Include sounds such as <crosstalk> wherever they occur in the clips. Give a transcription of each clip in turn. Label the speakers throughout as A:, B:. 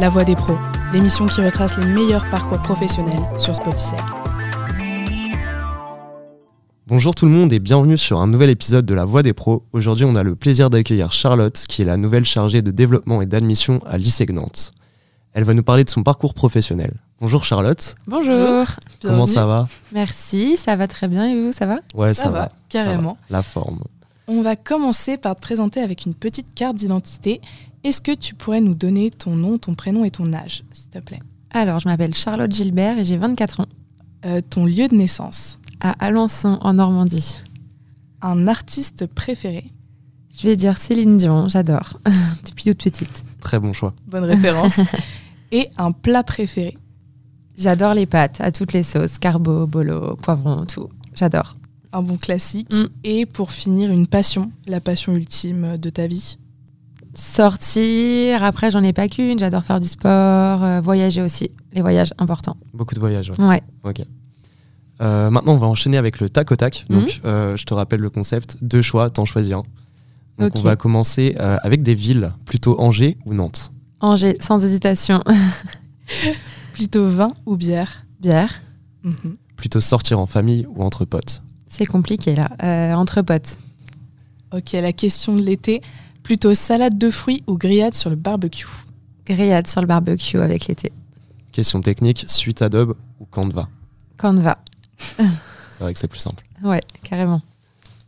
A: La Voix des Pros, l'émission qui retrace les meilleurs parcours professionnels sur Spotify.
B: Bonjour tout le monde et bienvenue sur un nouvel épisode de La Voix des Pros. Aujourd'hui, on a le plaisir d'accueillir Charlotte, qui est la nouvelle chargée de développement et d'admission à l'ISEG Nantes. Elle va nous parler de son parcours professionnel. Bonjour Charlotte,
C: Bonjour.
B: comment ça va
C: Merci, ça va très bien et vous, ça va
B: Ouais,
A: Ça, va, carrément.
B: La forme.
A: On va commencer par te présenter avec une petite carte d'identité. Est-ce que tu pourrais nous donner ton nom, ton prénom et ton âge, s'il te plaît
C: Alors, je m'appelle Charlotte Gilbert et j'ai 24 ans,
A: Euh, Ton lieu de naissance,
C: à Alençon en Normandie.
A: un artiste préféré,
C: Je vais dire Céline Dion, j'adore, <laughs> depuis toute petite.
B: Très bon choix.
A: <laughs> bonne référence, et un plat préféré.
C: J'adore les pâtes à toutes les sauces, carbo, bolo, poivron, tout. J'adore.
A: Un bon classique.
C: Mm.
A: Et pour finir, une passion, la passion ultime de ta vie.
C: Sortir, après j'en ai pas qu'une, j'adore faire du sport, euh, voyager aussi, les voyages importants.
B: Beaucoup de voyages. ouais.
C: Ouais.
B: Euh, maintenant, on va enchaîner avec le tac au tac.
A: Mhm.
B: Donc, euh, je te rappelle le concept deux choix, t'en choisis un. Donc,
C: Ok.
B: on va commencer euh, avec des villes, plutôt Angers ou Nantes.
C: Angers, sans hésitation. <laughs>
A: Plutôt vin ou bière
C: Bière,
A: Mhm.
B: Plutôt sortir en famille ou entre potes.
C: c'est compliqué là, Euh, entre potes.
A: Ok, la question de l'été. Plutôt salade de fruits ou grillade sur le barbecue
C: Grillade sur le barbecue avec l'été.
B: Question technique, suite Adobe ou Canva.
C: Canva,
B: C'est vrai que c'est plus simple.
C: ouais, carrément.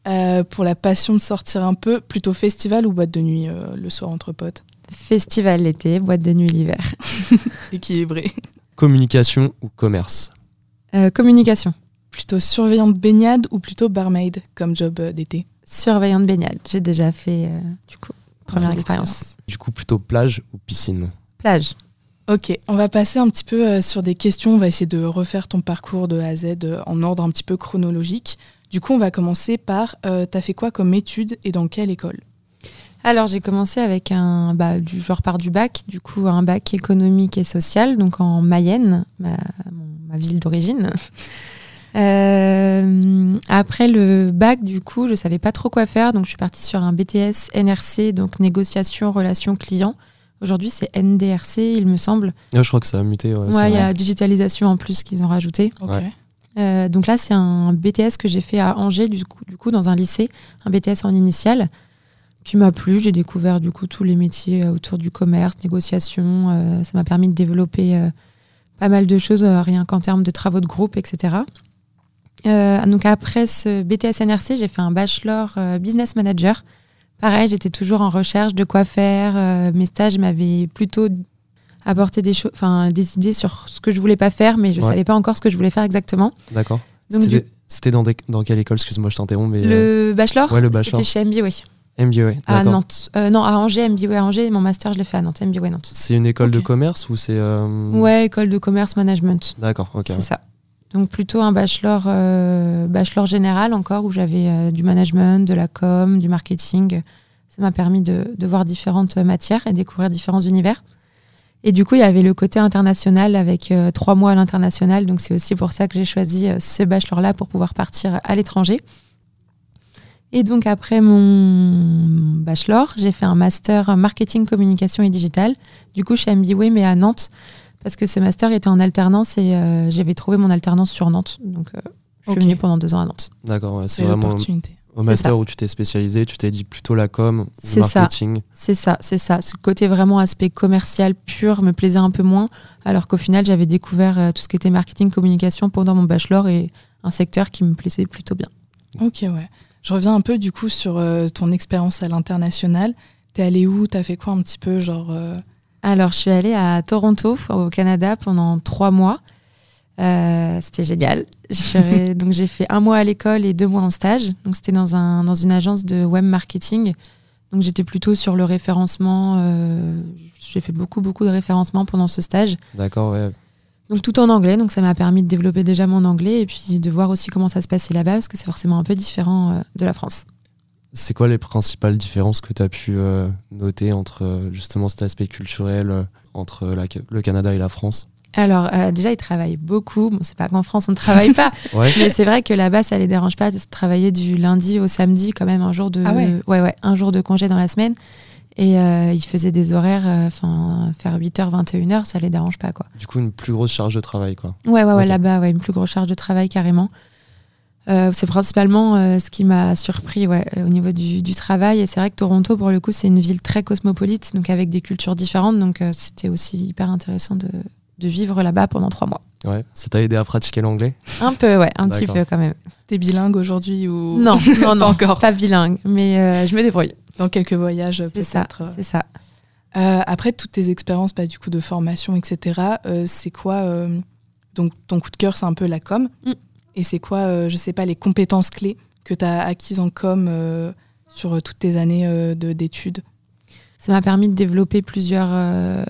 A: Euh, Pour la passion de sortir un peu, plutôt festival ou boîte de nuit euh, le soir entre potes
C: Festival l'été, boîte de nuit l'hiver.
A: Équilibré.
B: Communication ou commerce.
C: Euh, communication,
A: Plutôt surveillante baignade ou plutôt barmaid comme job euh, d'été
C: surveillant de baignade. J'ai déjà fait, euh, du coup, première
A: Première
C: expérience.
B: Du coup, plutôt plage ou piscine.
C: Plage.
A: Ok, on va passer un petit peu euh, sur des questions. On va essayer de refaire ton parcours de A à Z euh, en ordre un petit peu chronologique. Du coup, on va commencer par euh, t'as fait quoi comme études et dans quelle école
C: Alors, j'ai commencé avec un, bah, du, je repars du bac, du coup, un bac économique et social, donc en Mayenne, ma, mon- ma ville d'origine. <laughs> Euh, après le bac, du coup, je savais pas trop quoi faire, donc je suis partie sur un BTS NRC, donc négociation, relations clients. Aujourd'hui, c'est NDRC, il me semble.
B: Ah, je crois que ça a muté. ouais,
C: Ouais, Il
B: c'est
C: y
B: vrai.
C: a digitalisation en plus qu'ils ont rajouté.
A: Ok.
B: Ouais.
C: Euh, donc là, c'est un BTS que j'ai fait à Angers, du coup, du coup, dans un lycée, un BTS en initial, qui m'a plu. J'ai découvert du coup tous les métiers euh, autour du commerce, négociation. euh, ça m'a permis de développer euh, pas mal de choses, euh, rien qu'en termes de travaux de groupe, etc. Euh, donc après ce BTS NRC, j'ai fait un bachelor euh, business manager. Pareil, j'étais toujours en recherche de quoi faire. euh, mes stages m'avaient plutôt apporté des, cho- enfin, des idées sur ce que je voulais pas faire, mais je
B: Ouais.
C: savais pas encore ce que je voulais faire exactement.
B: D'accord.
C: Donc,
B: C'était,
C: du-
B: c'était dans, des- dans quelle école Excuse-moi, je t'interromps. Mais, euh,
C: le bachelor,
B: ouais, le bachelor.
C: c'était chez MBWay
B: euh, MBA,
C: à
B: d'accord.
C: Nantes. Euh, non, à Angers, MBWay à Angers. Mon master, je l'ai fait à Nantes, MBWay Nantes.
B: C'est une école
A: Ok.
B: de commerce ou c'est. euh,
C: Ouais, école de commerce management,
B: D'accord, ok.
C: c'est ça. Donc plutôt un bachelor, euh, bachelor général encore, où j'avais euh, du management, de la com, du marketing. Ça m'a permis de, de voir différentes euh, matières et découvrir différents univers. Et du coup, il y avait le côté international avec euh, trois mois à l'international. Donc c'est aussi pour ça que j'ai choisi euh, ce bachelor-là pour pouvoir partir à l'étranger. Et donc après mon bachelor, j'ai fait un master marketing, communication et digital, du coup chez MBWay, mais à Nantes, parce que ce master était en alternance et euh, j'avais trouvé mon alternance sur Nantes. Donc euh, je suis
A: Ok.
C: venue pendant deux ans à Nantes.
B: D'accord, ouais, c'est
A: Belle
B: vraiment
A: opportunité.
B: au
C: C'est
B: master
C: ça.
B: où tu t'es spécialisé, tu t'es dit plutôt la com, le
C: C'est ça.
B: marketing.
C: C'est ça, c'est ça. Ce côté vraiment aspect commercial pur me plaisait un peu moins, alors qu'au final j'avais découvert euh, tout ce qui était marketing, communication pendant mon bachelor et un secteur qui me plaisait plutôt bien.
A: Ok, ouais. Je reviens un peu du coup sur euh, ton expérience à l'international. T'es allé où T'as fait quoi un petit peu Genre. euh,
C: Alors, je suis allée à Toronto, au Canada, pendant trois mois. Euh, c'était génial. Je suis allée- donc, j'ai fait un mois à l'école et deux mois en stage. Donc, c'était dans, un, dans une agence de web marketing. Donc, j'étais plutôt sur le référencement. euh, j'ai fait beaucoup, beaucoup de référencement pendant ce stage.
B: D'accord, ouais.
C: Donc, tout en anglais. Donc, ça m'a permis de développer déjà mon anglais et puis de voir aussi comment ça se passait là-bas parce que c'est forcément un peu différent euh, de la France.
B: C'est quoi les principales différences que tu as pu euh, noter entre euh, justement cet aspect culturel euh, entre la- le Canada et la France
C: Alors, euh, déjà, ils travaillent beaucoup. Bon, c'est pas qu'en France, on ne travaille pas.
B: Ouais,
C: Mais c'est vrai que là-bas, ça les dérange pas de travailler du lundi au samedi, quand même un jour de,
A: Ah ouais
C: ouais, ouais, un jour de congé dans la semaine. Et euh, ils faisaient des horaires, euh, enfin, faire 8h, 21h, ça les dérange pas, quoi.
B: Du coup, une plus grosse charge de travail, quoi.
C: Ouais, ouais, ouais
B: Ok.
C: là-bas, ouais, une plus grosse charge de travail, carrément. Euh, c'est principalement euh, ce qui m'a surpris ouais, euh, au niveau du, du travail. Et c'est vrai que Toronto, pour le coup, c'est une ville très cosmopolite, donc avec des cultures différentes. Donc euh, c'était aussi hyper intéressant de, de vivre là-bas pendant trois mois.
B: Ouais. Ça t'a aidé à pratiquer l'anglais
C: Un peu, ouais, un petit
B: D'accord.
C: peu quand même.
A: T'es bilingue aujourd'hui ou <laughs>
C: Non, non,
A: pas
C: non,
A: encore
C: pas bilingue, mais euh, je me débrouille.
A: Dans quelques voyages
C: C'est ça,
A: peut-être.
C: c'est ça.
A: Euh, après toutes tes expériences, bah, du coup de formation, etc. euh, c'est quoi euh, Donc ton coup de cœur, c'est un peu la com.
C: Mm.
A: Et c'est quoi, euh, je sais pas, les compétences clés que tu as acquises en com euh, sur euh, toutes tes années euh, de- d'études
C: Ça m'a permis de développer plusieurs, euh,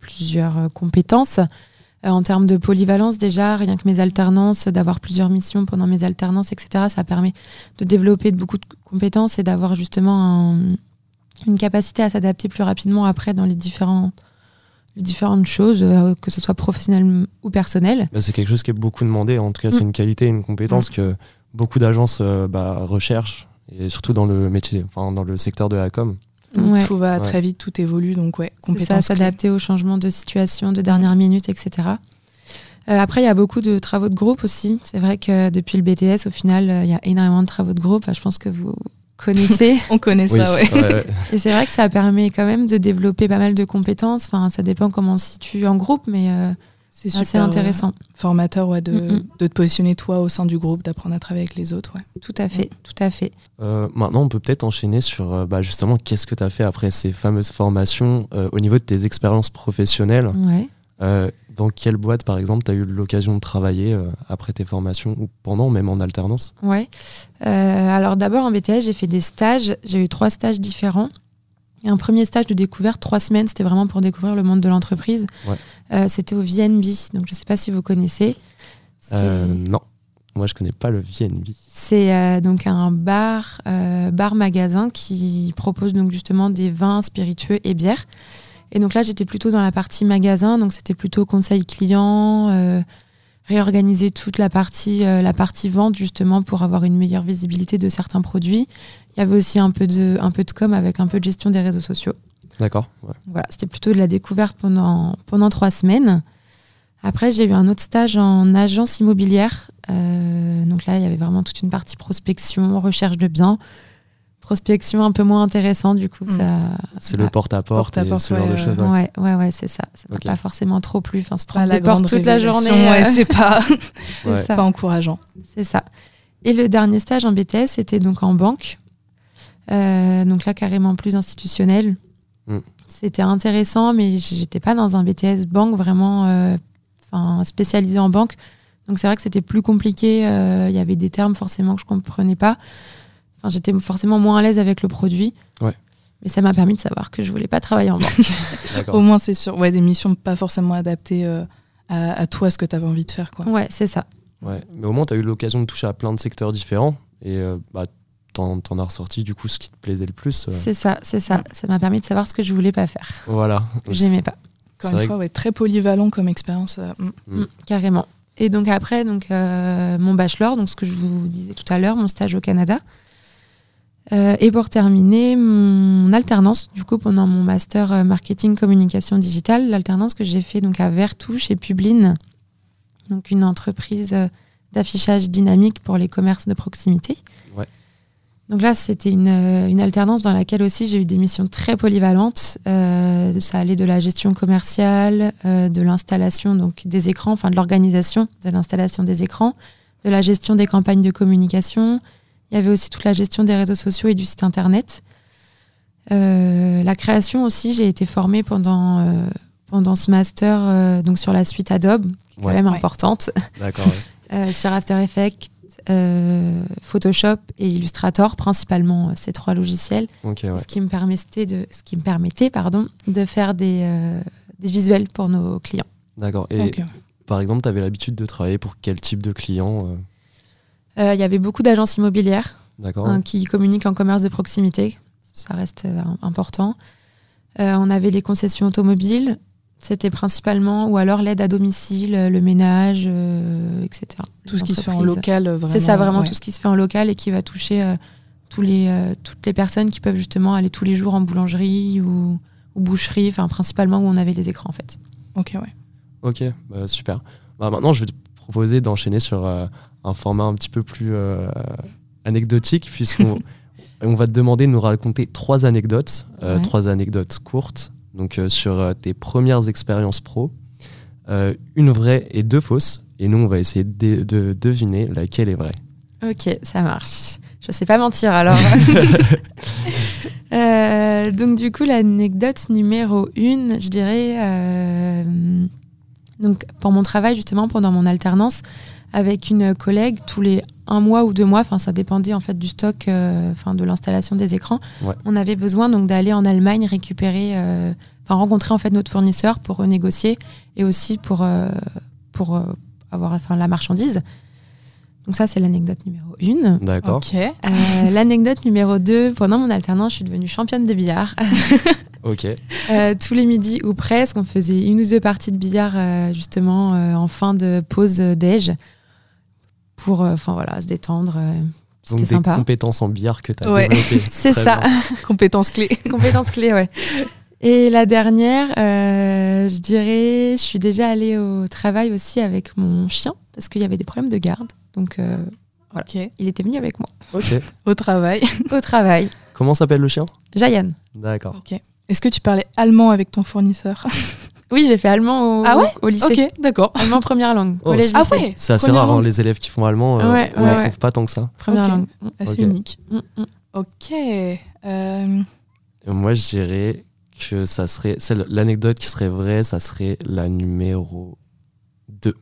C: plusieurs euh, compétences. Euh, en termes de polyvalence, déjà, rien que mes alternances, d'avoir plusieurs missions pendant mes alternances, etc., ça permet de développer beaucoup de compétences et d'avoir justement un- une capacité à s'adapter plus rapidement après dans les différentes, les différentes choses, euh, que ce soit professionnel ou personnel.
B: Bah, C'est quelque chose qui est beaucoup demandé. En tout cas, c'est
A: Mm.
B: une qualité, une compétence que beaucoup d'agences euh, bah, recherchent, et surtout dans le métier, enfin dans le secteur de la com.
A: Donc,
C: Ouais.
A: Tout va
B: Ouais.
A: très vite, tout évolue, donc ouais,
C: C'est ça,
A: compétences clés.
C: s'adapter aux changements de situation, de dernière minute, etc. Euh, après, il y a beaucoup de travaux de groupe aussi. C'est vrai que depuis le BTS, au final, euh, il y a énormément de travaux de groupe. Enfin, je pense que vous <laughs>
A: <laughs>
C: connaissez.
A: On connaît ça, ouais.
B: ouais, ouais.
C: Et c'est vrai que ça permet quand même de développer pas mal de compétences. Enfin, ça dépend comment on se situe en groupe, mais euh,
A: C'est
C: assez
A: super euh,
C: intéressant.
A: formateur ouais, de,
C: Mm-mm.
A: de te positionner toi au sein du groupe, d'apprendre à travailler avec les autres. Ouais.
C: Tout à fait, tout à fait.
B: <laughs> Euh, maintenant, on peut peut-être enchaîner sur euh, bah, justement qu'est-ce que tu as fait après ces fameuses formations euh, au niveau de tes expériences
A: Mm.
B: professionnelles.
C: Ouais.
B: Euh, dans quelle boîte, par exemple, tu as eu l'occasion de travailler euh, après tes formations ou pendant, même en alternance
C: Ouais. Euh, alors d'abord en BTS, j'ai fait des stages. J'ai eu trois stages différents. Et un premier stage de découverte, trois semaines, c'était vraiment pour découvrir le monde de l'entreprise.
B: Ouais.
C: Euh, c'était au VNB, donc je ne sais pas si vous connaissez. C'est-
B: Euh, Non. Moi, je connais pas le VNB.
C: C'est euh, donc un bar, euh, bar magasin qui propose donc justement des vins spiritueux et bières. Et donc là, j'étais plutôt dans la partie magasin, donc c'était plutôt conseil client, euh, réorganiser toute la partie, euh, la partie vente justement pour avoir une meilleure visibilité de certains produits. Il y avait aussi un peu de, un peu de com avec un peu de gestion des réseaux sociaux.
B: D'accord. ouais.
C: Voilà, c'était plutôt de la découverte pendant, pendant trois semaines. Après, j'ai eu un autre stage en agence immobilière. Euh, donc là, il y avait vraiment toute une partie prospection, recherche de biens. Prospection un peu moins intéressant, du coup.
A: Mm.
C: Ça,
B: C'est le porte-à-porte et
A: Porte-à-porte,
B: ce genre
A: ouais,
B: de
A: euh,
B: choses. ouais.
C: Ouais, ouais, ouais, c'est ça. Ça m'a
B: Ok.
C: pas forcément trop plu. Enfin, se
A: Pas
C: prendre des portes toute Bah, la
A: révélation,
C: journée.
A: ouais,
C: euh,
A: c'est pas,
C: <laughs> c'est
B: hein.
A: <laughs>
B: Ouais.
C: ça.
A: pas encourageant.
C: C'est ça. Et le dernier stage en BTS, c'était donc en banque. Euh, donc là, carrément plus institutionnel.
B: Mm.
C: C'était intéressant, mais j'étais pas dans un BTS banque vraiment euh, enfin, spécialisé en banque. Donc c'est vrai que c'était plus compliqué. euh, Il y avait des termes forcément que je comprenais pas. Enfin, j'étais forcément moins à l'aise avec le produit.
B: Ouais.
C: Mais ça m'a permis de savoir que je voulais pas travailler en banque.
A: Au
B: D'accord.
A: moins, c'est sûr. Ouais, des missions pas forcément adaptées euh, à, à toi, ce que tu avais envie de faire. Quoi.
C: ouais, c'est ça.
B: Ouais. Mais au moins, tu as eu l'occasion de toucher à plein de secteurs différents et euh, bah, t'en t'en as ressorti du coup ce qui te plaisait le plus. euh,
C: C'est ça, c'est ça. Ça m'a permis de savoir ce que je voulais pas faire.
B: Voilà.
C: J'aimais pas.
B: C'est
A: Encore une
B: vrai
A: fois, ouais, très polyvalent comme expérience. euh, mm.
B: Mm.
C: Mm, carrément. Et donc après, donc, euh, mon bachelor, donc ce que je vous disais tout à l'heure, mon stage au Canada. Euh, et pour terminer, mon alternance, du coup, pendant mon master euh, marketing communication digitale, l'alternance que j'ai fait donc à Vertouche et Publine, donc une entreprise euh, d'affichage dynamique pour les commerces de proximité.
B: Ouais.
C: Donc là, c'était une, euh, une alternance dans laquelle aussi j'ai eu des missions très polyvalentes. Euh, ça allait de la gestion commerciale, euh, de l'installation donc des écrans, enfin de l'organisation de l'installation des écrans, de la gestion des campagnes de communication. Il y avait aussi toute la gestion des réseaux sociaux et du site internet. Euh, la création aussi, j'ai été formée pendant, euh, pendant ce master euh, donc sur la suite Adobe, qui est quand
B: Ouais.
C: même
A: Ouais.
C: importante.
B: D'accord. ouais.
C: Euh, sur After Effects, euh, Photoshop et Illustrator, principalement euh, ces trois logiciels,
B: Ok, ouais.
C: <laughs> ce qui me permettait de, ce qui me permettait, pardon, de faire des, euh, des visuels pour nos clients.
B: D'accord. Et
A: Donc, euh,
B: par exemple, tu avais l'habitude de travailler pour quel type de client euh,
C: Euh, Il y avait beaucoup d'agences immobilières
B: D'accord.
C: hein, qui communiquent en commerce de proximité, ça reste euh, im- important. Euh, on avait les concessions automobiles, c'était principalement, ou alors l'aide à domicile, euh, le ménage, euh, etc.
A: tout ce qui se fait en
C: L'entreprise.
A: local, euh, vraiment.
C: C'est ça, vraiment
A: ouais.
C: tout ce qui se fait en local et qui va toucher euh, tous les, euh, toutes les personnes qui peuvent justement aller tous les jours en boulangerie ou, ou boucherie, enfin principalement où on avait les écrans en fait.
A: Ok, ouais.
B: Ok, bah, super. Bah, maintenant, je vais te proposer d'enchaîner sur euh, un format un petit peu plus euh, anecdotique,
C: <laughs>
B: puisqu'on on va te demander de nous raconter trois anecdotes, euh,
C: Ouais.
B: trois anecdotes courtes, donc euh, sur euh, tes premières expériences pro, euh, une vraie et deux fausses, et nous, on va essayer de, de deviner laquelle est vraie.
C: Ok, ça marche. Je sais pas mentir alors. Euh, donc du coup, l'anecdote numéro une, je dirais, euh, donc pour mon travail justement pendant mon alternance avec une collègue tous les un mois ou deux mois, enfin ça dépendait en fait du stock, euh, enfin de l'installation des écrans.
B: Ouais.
C: On avait besoin donc d'aller en Allemagne récupérer, euh, enfin rencontrer en fait notre fournisseur pour renégocier et aussi pour euh, pour euh, avoir enfin la marchandise. Donc ça c'est l'anecdote numéro une.
B: D'accord
A: Ok. <laughs>
C: Euh, L'anecdote numéro 2, pendant mon alternance, je suis devenue championne de billard.
B: Ok.
C: Euh, tous les midis ou presque, on faisait une ou deux parties de billard euh, justement euh, en fin de pause euh, déj pour euh, enfin voilà, se détendre. euh,
B: Donc
C: C'était
B: des
C: sympa.
B: compétences en billard que tu as
A: Ouais.
C: <laughs>
B: développées.
C: C'est
B: Très
C: ça,
B: bien.
A: Compétence clé.
C: compétence clé, ouais. Et la dernière, euh, je dirais, je suis déjà allée au travail aussi avec mon chien parce qu'il y avait des problèmes de garde. Donc euh, <laughs> Voilà.
A: Ok.
C: il était venu avec moi
B: Ok.
A: Au travail.
C: au travail.
B: Comment s'appelle le chien
C: Jayan.
B: D'accord.
A: Ok. Est-ce que tu parlais allemand avec ton fournisseur
C: Oui, j'ai fait allemand au,
A: Ah ouais
C: au lycée.
A: Ok, d'accord. <laughs>
C: Allemand première langue.
B: Oh,
C: au
B: c'est-
A: Ah
C: lycée.
A: ouais
B: C'est assez
A: première
B: rare, hein,
A: langue.
B: les élèves qui font allemand, euh,
C: Ouais,
B: on
C: ouais,
B: n'en
C: ouais.
B: trouve pas tant que ça.
C: Première
A: Ok.
C: langue.
A: Assez
B: Ok.
A: Ah, unique.
C: Mm, mm.
A: Ok. euh,
B: Et Moi, je dirais que ça serait. celle- L'anecdote qui serait vraie, ça serait la numéro 2.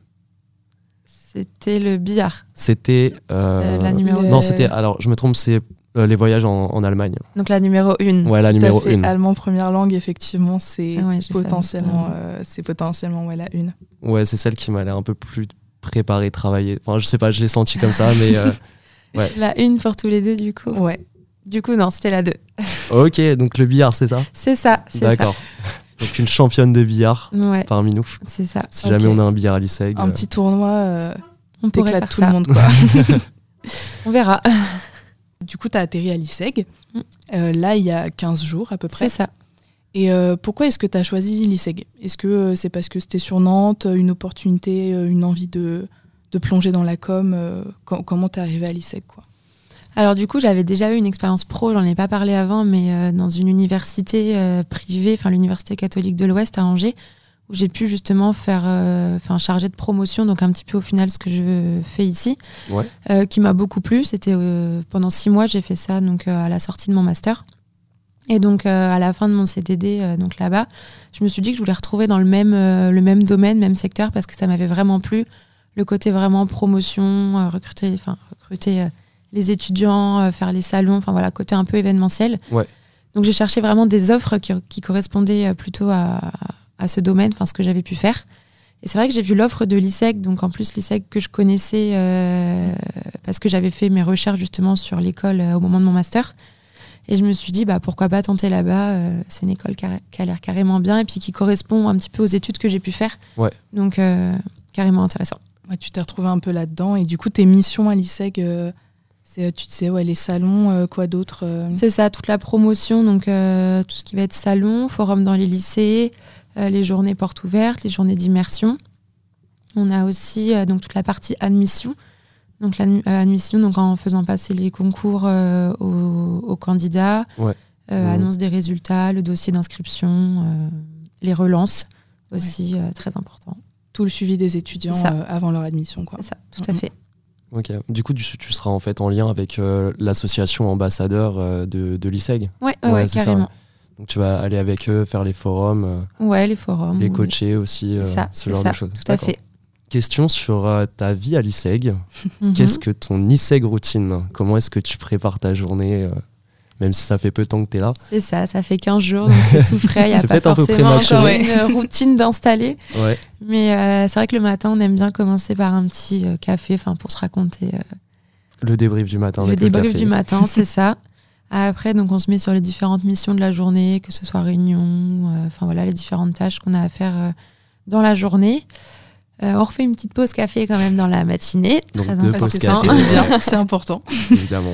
C: C'était le billard,
B: C'était. euh,
C: euh, la numéro
A: le-
B: Non, c'était. Alors, je me trompe, c'est euh, les voyages en, en Allemagne.
C: Donc la numéro 1.
B: Ouais,
A: tout
B: la
A: à
B: numéro
A: fait,
B: 1.
A: Allemand première langue, effectivement, c'est
C: Ah ouais, j'ai fait
A: potentiellement,
C: avec,
A: euh, c'est potentiellement ouais, la une.
B: Ouais, c'est celle qui m'a l'air un peu plus préparée, travaillée. Enfin, je sais pas, je l'ai senti comme ça, mais.
C: <laughs>
B: euh, Ouais.
C: La 1 pour tous les deux, du coup.
A: Ouais.
C: Du coup, non, c'était la 2.
B: Ok, donc le billard, c'est ça
C: C'est ça, c'est ça.
B: D'accord. Donc une championne de billard
C: Ouais,
B: parmi nous.
C: c'est ça.
B: Si
A: Ok.
B: jamais on a un billard à l'ISEG.
A: Un petit tournoi, euh,
C: On pourrait
A: t'éclates
C: faire
A: tout
C: ça.
A: le monde.
C: <laughs>
A: Quoi.
C: On verra.
A: du coup, tu as atterri à l'ISEG,
C: Mm.
A: euh, là, il y a 15 jours à peu près.
C: C'est ça.
A: Et euh, pourquoi est-ce que tu as choisi l'ISEG Est-ce que euh, c'est parce que c'était sur Nantes, euh, une opportunité, euh, une envie de, de plonger dans la com euh, com- Comment t'es arrivé à l'ISEG quoi
C: Alors du coup, j'avais déjà eu une expérience pro, j'en ai pas parlé avant, mais euh, dans une université euh, privée, enfin l'université catholique de l'Ouest à Angers, où j'ai pu justement faire, euh, enfin chargée de promotion, donc un petit peu au final ce que je fais ici,
B: Ouais.
C: euh, qui m'a beaucoup plu. C'était euh, pendant six mois, j'ai fait ça donc euh, à la sortie de mon master. Et donc euh, à la fin de mon CDD, euh, donc là-bas, je me suis dit que je voulais retrouver dans le même, euh, le même domaine, même secteur, parce que ça m'avait vraiment plu le côté vraiment promotion, euh, recruter, enfin recruter. euh, les étudiants, euh, faire les salons, enfin voilà, côté un peu événementiel.
B: Ouais.
C: Donc j'ai cherché vraiment des offres qui, qui correspondaient euh, plutôt à, à ce domaine, enfin ce que j'avais pu faire. Et c'est vrai que j'ai vu l'offre de l'ISEC, donc en plus l'ISEC que je connaissais euh, parce que j'avais fait mes recherches justement sur l'école euh, au moment de mon master. Et je me suis dit, bah, pourquoi pas tenter là-bas euh, C'est une école carré- qui a l'air carrément bien et puis qui correspond un petit peu aux études que j'ai pu faire.
B: Ouais.
C: Donc euh, carrément intéressant.
A: Ouais, Tu t'es retrouvé un peu là-dedans et du coup, tes missions à l'ISEG, euh, c'est, euh, tu disais ouais, les salons, euh, quoi d'autre euh,
C: C'est ça, toute la promotion, donc euh, tout ce qui va être salon, forum dans les lycées, euh, les journées portes ouvertes, les journées d'immersion. On a aussi euh, donc toute la partie admission. Donc l'admission, donc en faisant passer les concours euh, aux, aux candidats,
B: Ouais.
C: euh,
B: Mhm.
C: annonce des résultats, le dossier d'inscription, euh, les relances aussi euh, très important.
A: Tout le suivi des étudiants
C: C'est ça.
A: euh, avant leur admission. Quoi.
C: C'est ça, tout à
A: Mhm.
C: fait.
B: Ok. Du coup, tu, tu seras en fait en lien avec euh, l'association ambassadeur euh, de, de l'ISEG.
C: Ouais, ouais,
B: Ouais,
C: ouais,
B: c'est ça.
C: carrément.
B: Donc tu vas aller avec eux, faire les forums, euh,
C: Ouais, les forums.
B: les
C: oui.
B: coacher aussi,
C: Mm. C'est
B: euh,
C: ça,
B: ce
C: c'est
B: genre
C: ça,
B: de choses.
C: tout à
B: D'accord.
C: fait.
B: Question sur euh, ta vie à l'ISEG.
C: Mhm.
B: Qu'est-ce que ton ISEG routine Comment est-ce que tu prépares ta journée euh, Même si ça fait peu de temps que tu es là.
C: C'est ça, ça fait 15 jours, donc c'est tout frais. Il n'y a
B: C'est
C: pas
B: peut-être un peu
C: forcément encore
A: prématuré.
C: une euh, routine d'installer.
B: Ouais.
C: Mais euh, c'est vrai que le matin, on aime bien commencer par un petit euh, café enfin, pour se raconter euh,
B: Le débrief du matin.
C: le
B: avec
C: débrief
B: café.
C: du matin,
B: <laughs>
C: c'est ça. Après, donc, on se met sur les différentes missions de la journée, que ce soit réunion, euh, enfin voilà, les différentes tâches qu'on a à faire euh, dans la journée. Euh, on refait une petite pause café quand même dans la matinée,
B: Donc,
C: très
B: deux
A: Parce
B: pauses
A: que
C: important.
A: ça,
C: <laughs>
B: café.
A: on est bien, c'est important.
B: Évidemment.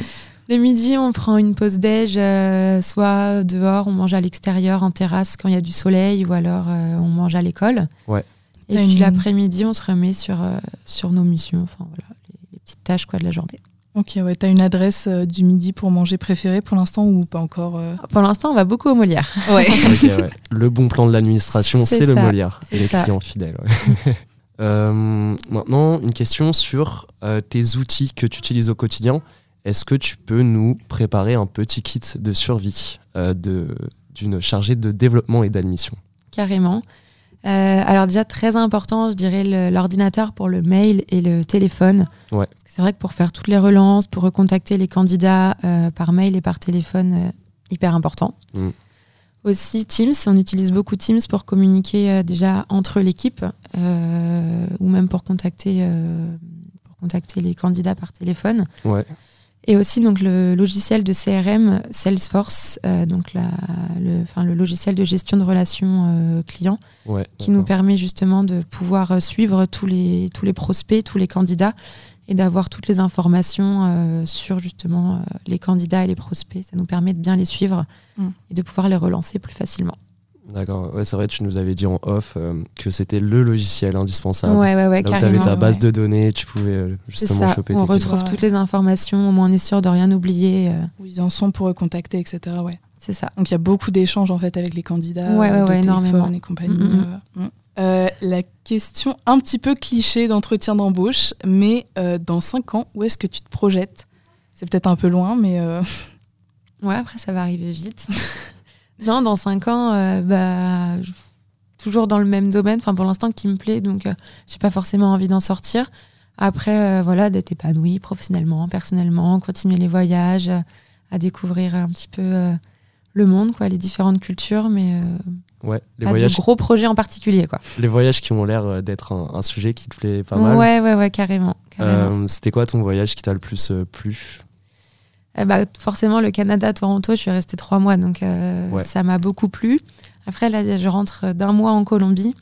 C: Le midi, on prend une pause déj, euh, soit dehors, on mange à l'extérieur, en terrasse quand il y a du soleil, ou alors euh, on mange à l'école.
B: Ouais.
C: Et
A: T'as
C: puis
A: une-
C: l'après-midi, on se remet sur, euh, sur nos missions, enfin voilà, les, les petites tâches quoi, de la journée.
A: Ok, ouais, t'as une adresse euh, du midi pour manger préférée pour l'instant ou pas encore euh
C: Pour l'instant, on va beaucoup au Molière.
A: Ouais.
B: Ok,
C: <laughs>
B: ouais. Le bon plan de l'administration,
C: C'est
B: c'est le
C: ça,
B: Molière.
C: c'est
B: Et les
C: ça.
B: clients fidèles. ouais. <laughs> Euh, maintenant, une question sur euh, tes outils que tu utilises au quotidien. Est-ce que tu peux nous préparer un petit kit de survie euh, de- d'une chargée de développement et d'admission
C: Carrément. Euh, alors déjà très important, je dirais le- l'ordinateur pour le mail et le téléphone.
B: Ouais.
C: Parce que C'est vrai que pour faire toutes les relances, pour recontacter les candidats euh, par mail et par téléphone, euh, hyper important.
B: Mm.
C: Aussi Teams, on utilise beaucoup Teams pour communiquer euh, déjà entre l'équipe euh, ou même pour contacter, euh, pour contacter les candidats par téléphone.
B: Ouais.
C: Et aussi donc le logiciel de CRM Salesforce, euh, donc la, le, enfin, le logiciel de gestion de relations euh, clients
B: Ouais,
C: qui nous
B: d'accord.
C: permet justement de pouvoir euh, suivre tous les, tous les prospects, tous les candidats et d'avoir toutes les informations euh, sur justement euh, les candidats et les prospects. Ça nous permet de bien les suivre
A: Mm.
C: et de pouvoir les relancer plus facilement.
B: D'accord, ouais, c'est vrai, tu nous avais dit en off euh, que c'était le logiciel indispensable.
C: ouais, ouais, ouais,
B: Ah Là où tu avais
C: carrément.
B: ta base
A: ouais.
B: de données, tu pouvais euh,
C: C'est
B: justement
C: ça,
B: choper
C: on
B: tes clients.
C: retrouve
A: Ouais.
C: toutes les informations, au moins on est sûr de rien oublier. euh,
A: <laughs> Où ils en sont pour recontacter, etc. Ouais.
C: c'est ça.
A: Donc il y a beaucoup d'échanges en fait avec les candidats,
C: Ouais,
A: euh,
C: ouais,
A: de
C: ouais,
A: téléphone
C: énormément.
A: et compagnie.
C: Mm, mm,
A: euh, mm. Euh, la question un petit peu cliché d'entretien d'embauche, mais euh, dans 5 ans, où est-ce que tu te projettes C'est peut-être un peu loin, mais euh, <laughs>
C: Ouais, après, ça va arriver vite. <laughs> non, dans 5 ans, euh, bah, je- toujours dans le même domaine, enfin, pour l'instant, qui me plaît, donc euh, j'ai pas forcément envie d'en sortir. Après, euh, voilà, d'être épanoui professionnellement, personnellement, continuer les voyages, euh, à découvrir un petit peu euh, le monde, quoi, les différentes cultures, mais euh,
B: Ouais, les
C: pas de
B: voyages,
C: gros projets en particulier, quoi.
B: les voyages qui ont l'air euh, d'être un, un sujet qui te plaît pas mal.
C: Ouais, ouais, ouais, carrément. carrément.
B: Euh, C'était quoi ton voyage qui t'a le plus euh, plu
C: Eh ben, forcément, le Canada, Toronto, je suis restée trois mois, donc euh,
B: Ouais.
C: ça m'a beaucoup plu. Après, là, je rentre euh, d'un mois en Colombie.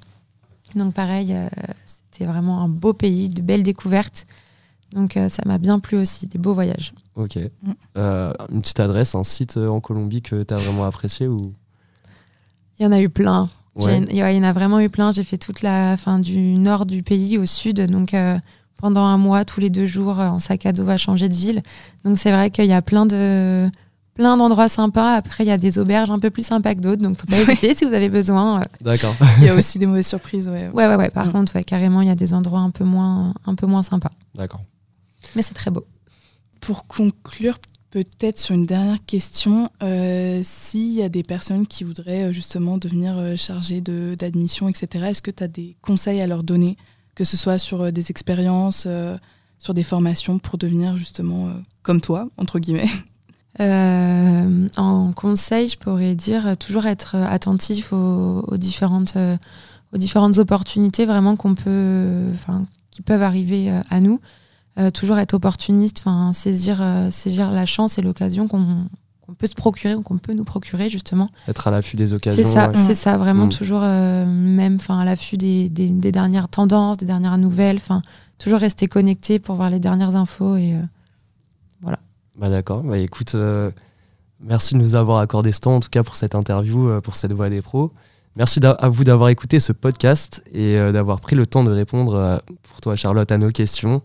C: Donc, pareil, euh, c'était vraiment un beau pays, de belles découvertes. Donc, euh, ça m'a bien plu aussi, des beaux voyages.
B: Ok.
C: Mm.
B: Euh, une petite adresse, un site euh, en Colombie que t'as vraiment apprécié ou
C: Il y en a eu plein. J'ai-
B: Ouais.
C: Il y ouais, il y en a vraiment eu plein. J'ai fait toute la fin du nord du pays au sud. Donc, euh, pendant un mois, tous les deux jours, euh, en sac à dos, à changer de ville. Donc, c'est vrai qu'il y a plein de plein d'endroits sympas. Après, il y a des auberges un peu plus sympas que d'autres. Donc, faut pas hésiter si vous avez besoin. euh,
B: <laughs> D'accord.
A: il y a aussi des mauvaises surprises. Ouais.
C: Ouais, ouais, ouais. Par
A: Mm.
C: contre, ouais, carrément, il y a des endroits un peu moins, un peu moins sympas.
B: D'accord.
C: Mais c'est très beau.
A: Pour conclure, peut-être sur une dernière question, euh, s'il y a des personnes qui voudraient euh, justement devenir euh, chargées de- d'admission, etc., est-ce que tu as des conseils à leur donner, que ce soit sur euh, des expériences, euh, sur des formations pour devenir justement euh, comme toi, entre guillemets
C: Euh, en conseil, je pourrais dire euh, toujours être euh, attentif aux, aux différentes, euh, aux différentes opportunités vraiment qu'on peut, enfin, qui peuvent arriver euh, à nous. Euh, toujours être opportuniste, enfin, saisir, euh, saisir la chance et l'occasion qu'on qu'on peut se procurer ou qu'on peut nous procurer justement.
B: Être à l'affût des occasions.
C: C'est ça,
B: ouais.
C: c'est ça, vraiment
B: Mm.
C: toujours euh, même, enfin à l'affût des, des- des dernières tendances, des dernières nouvelles, enfin toujours rester connecté pour voir les dernières infos et euh,
B: Bah d'accord. Bah écoute, euh, merci de nous avoir accordé ce temps en tout cas pour cette interview, euh, pour cette voix des pros. Merci d'a- à vous d'avoir écouté ce podcast et euh, d'avoir pris le temps de répondre euh, pour toi Charlotte à nos questions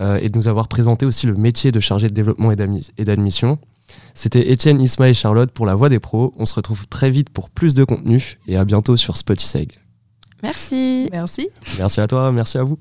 B: euh, et de nous avoir présenté aussi le métier de chargé de développement et d'admi- et d'admission. C'était Étienne, Isma et Charlotte pour la voix des pros. On se retrouve très vite pour plus de contenu et à bientôt sur Spotify.
C: merci.
A: Merci.
B: Merci à toi, merci à vous.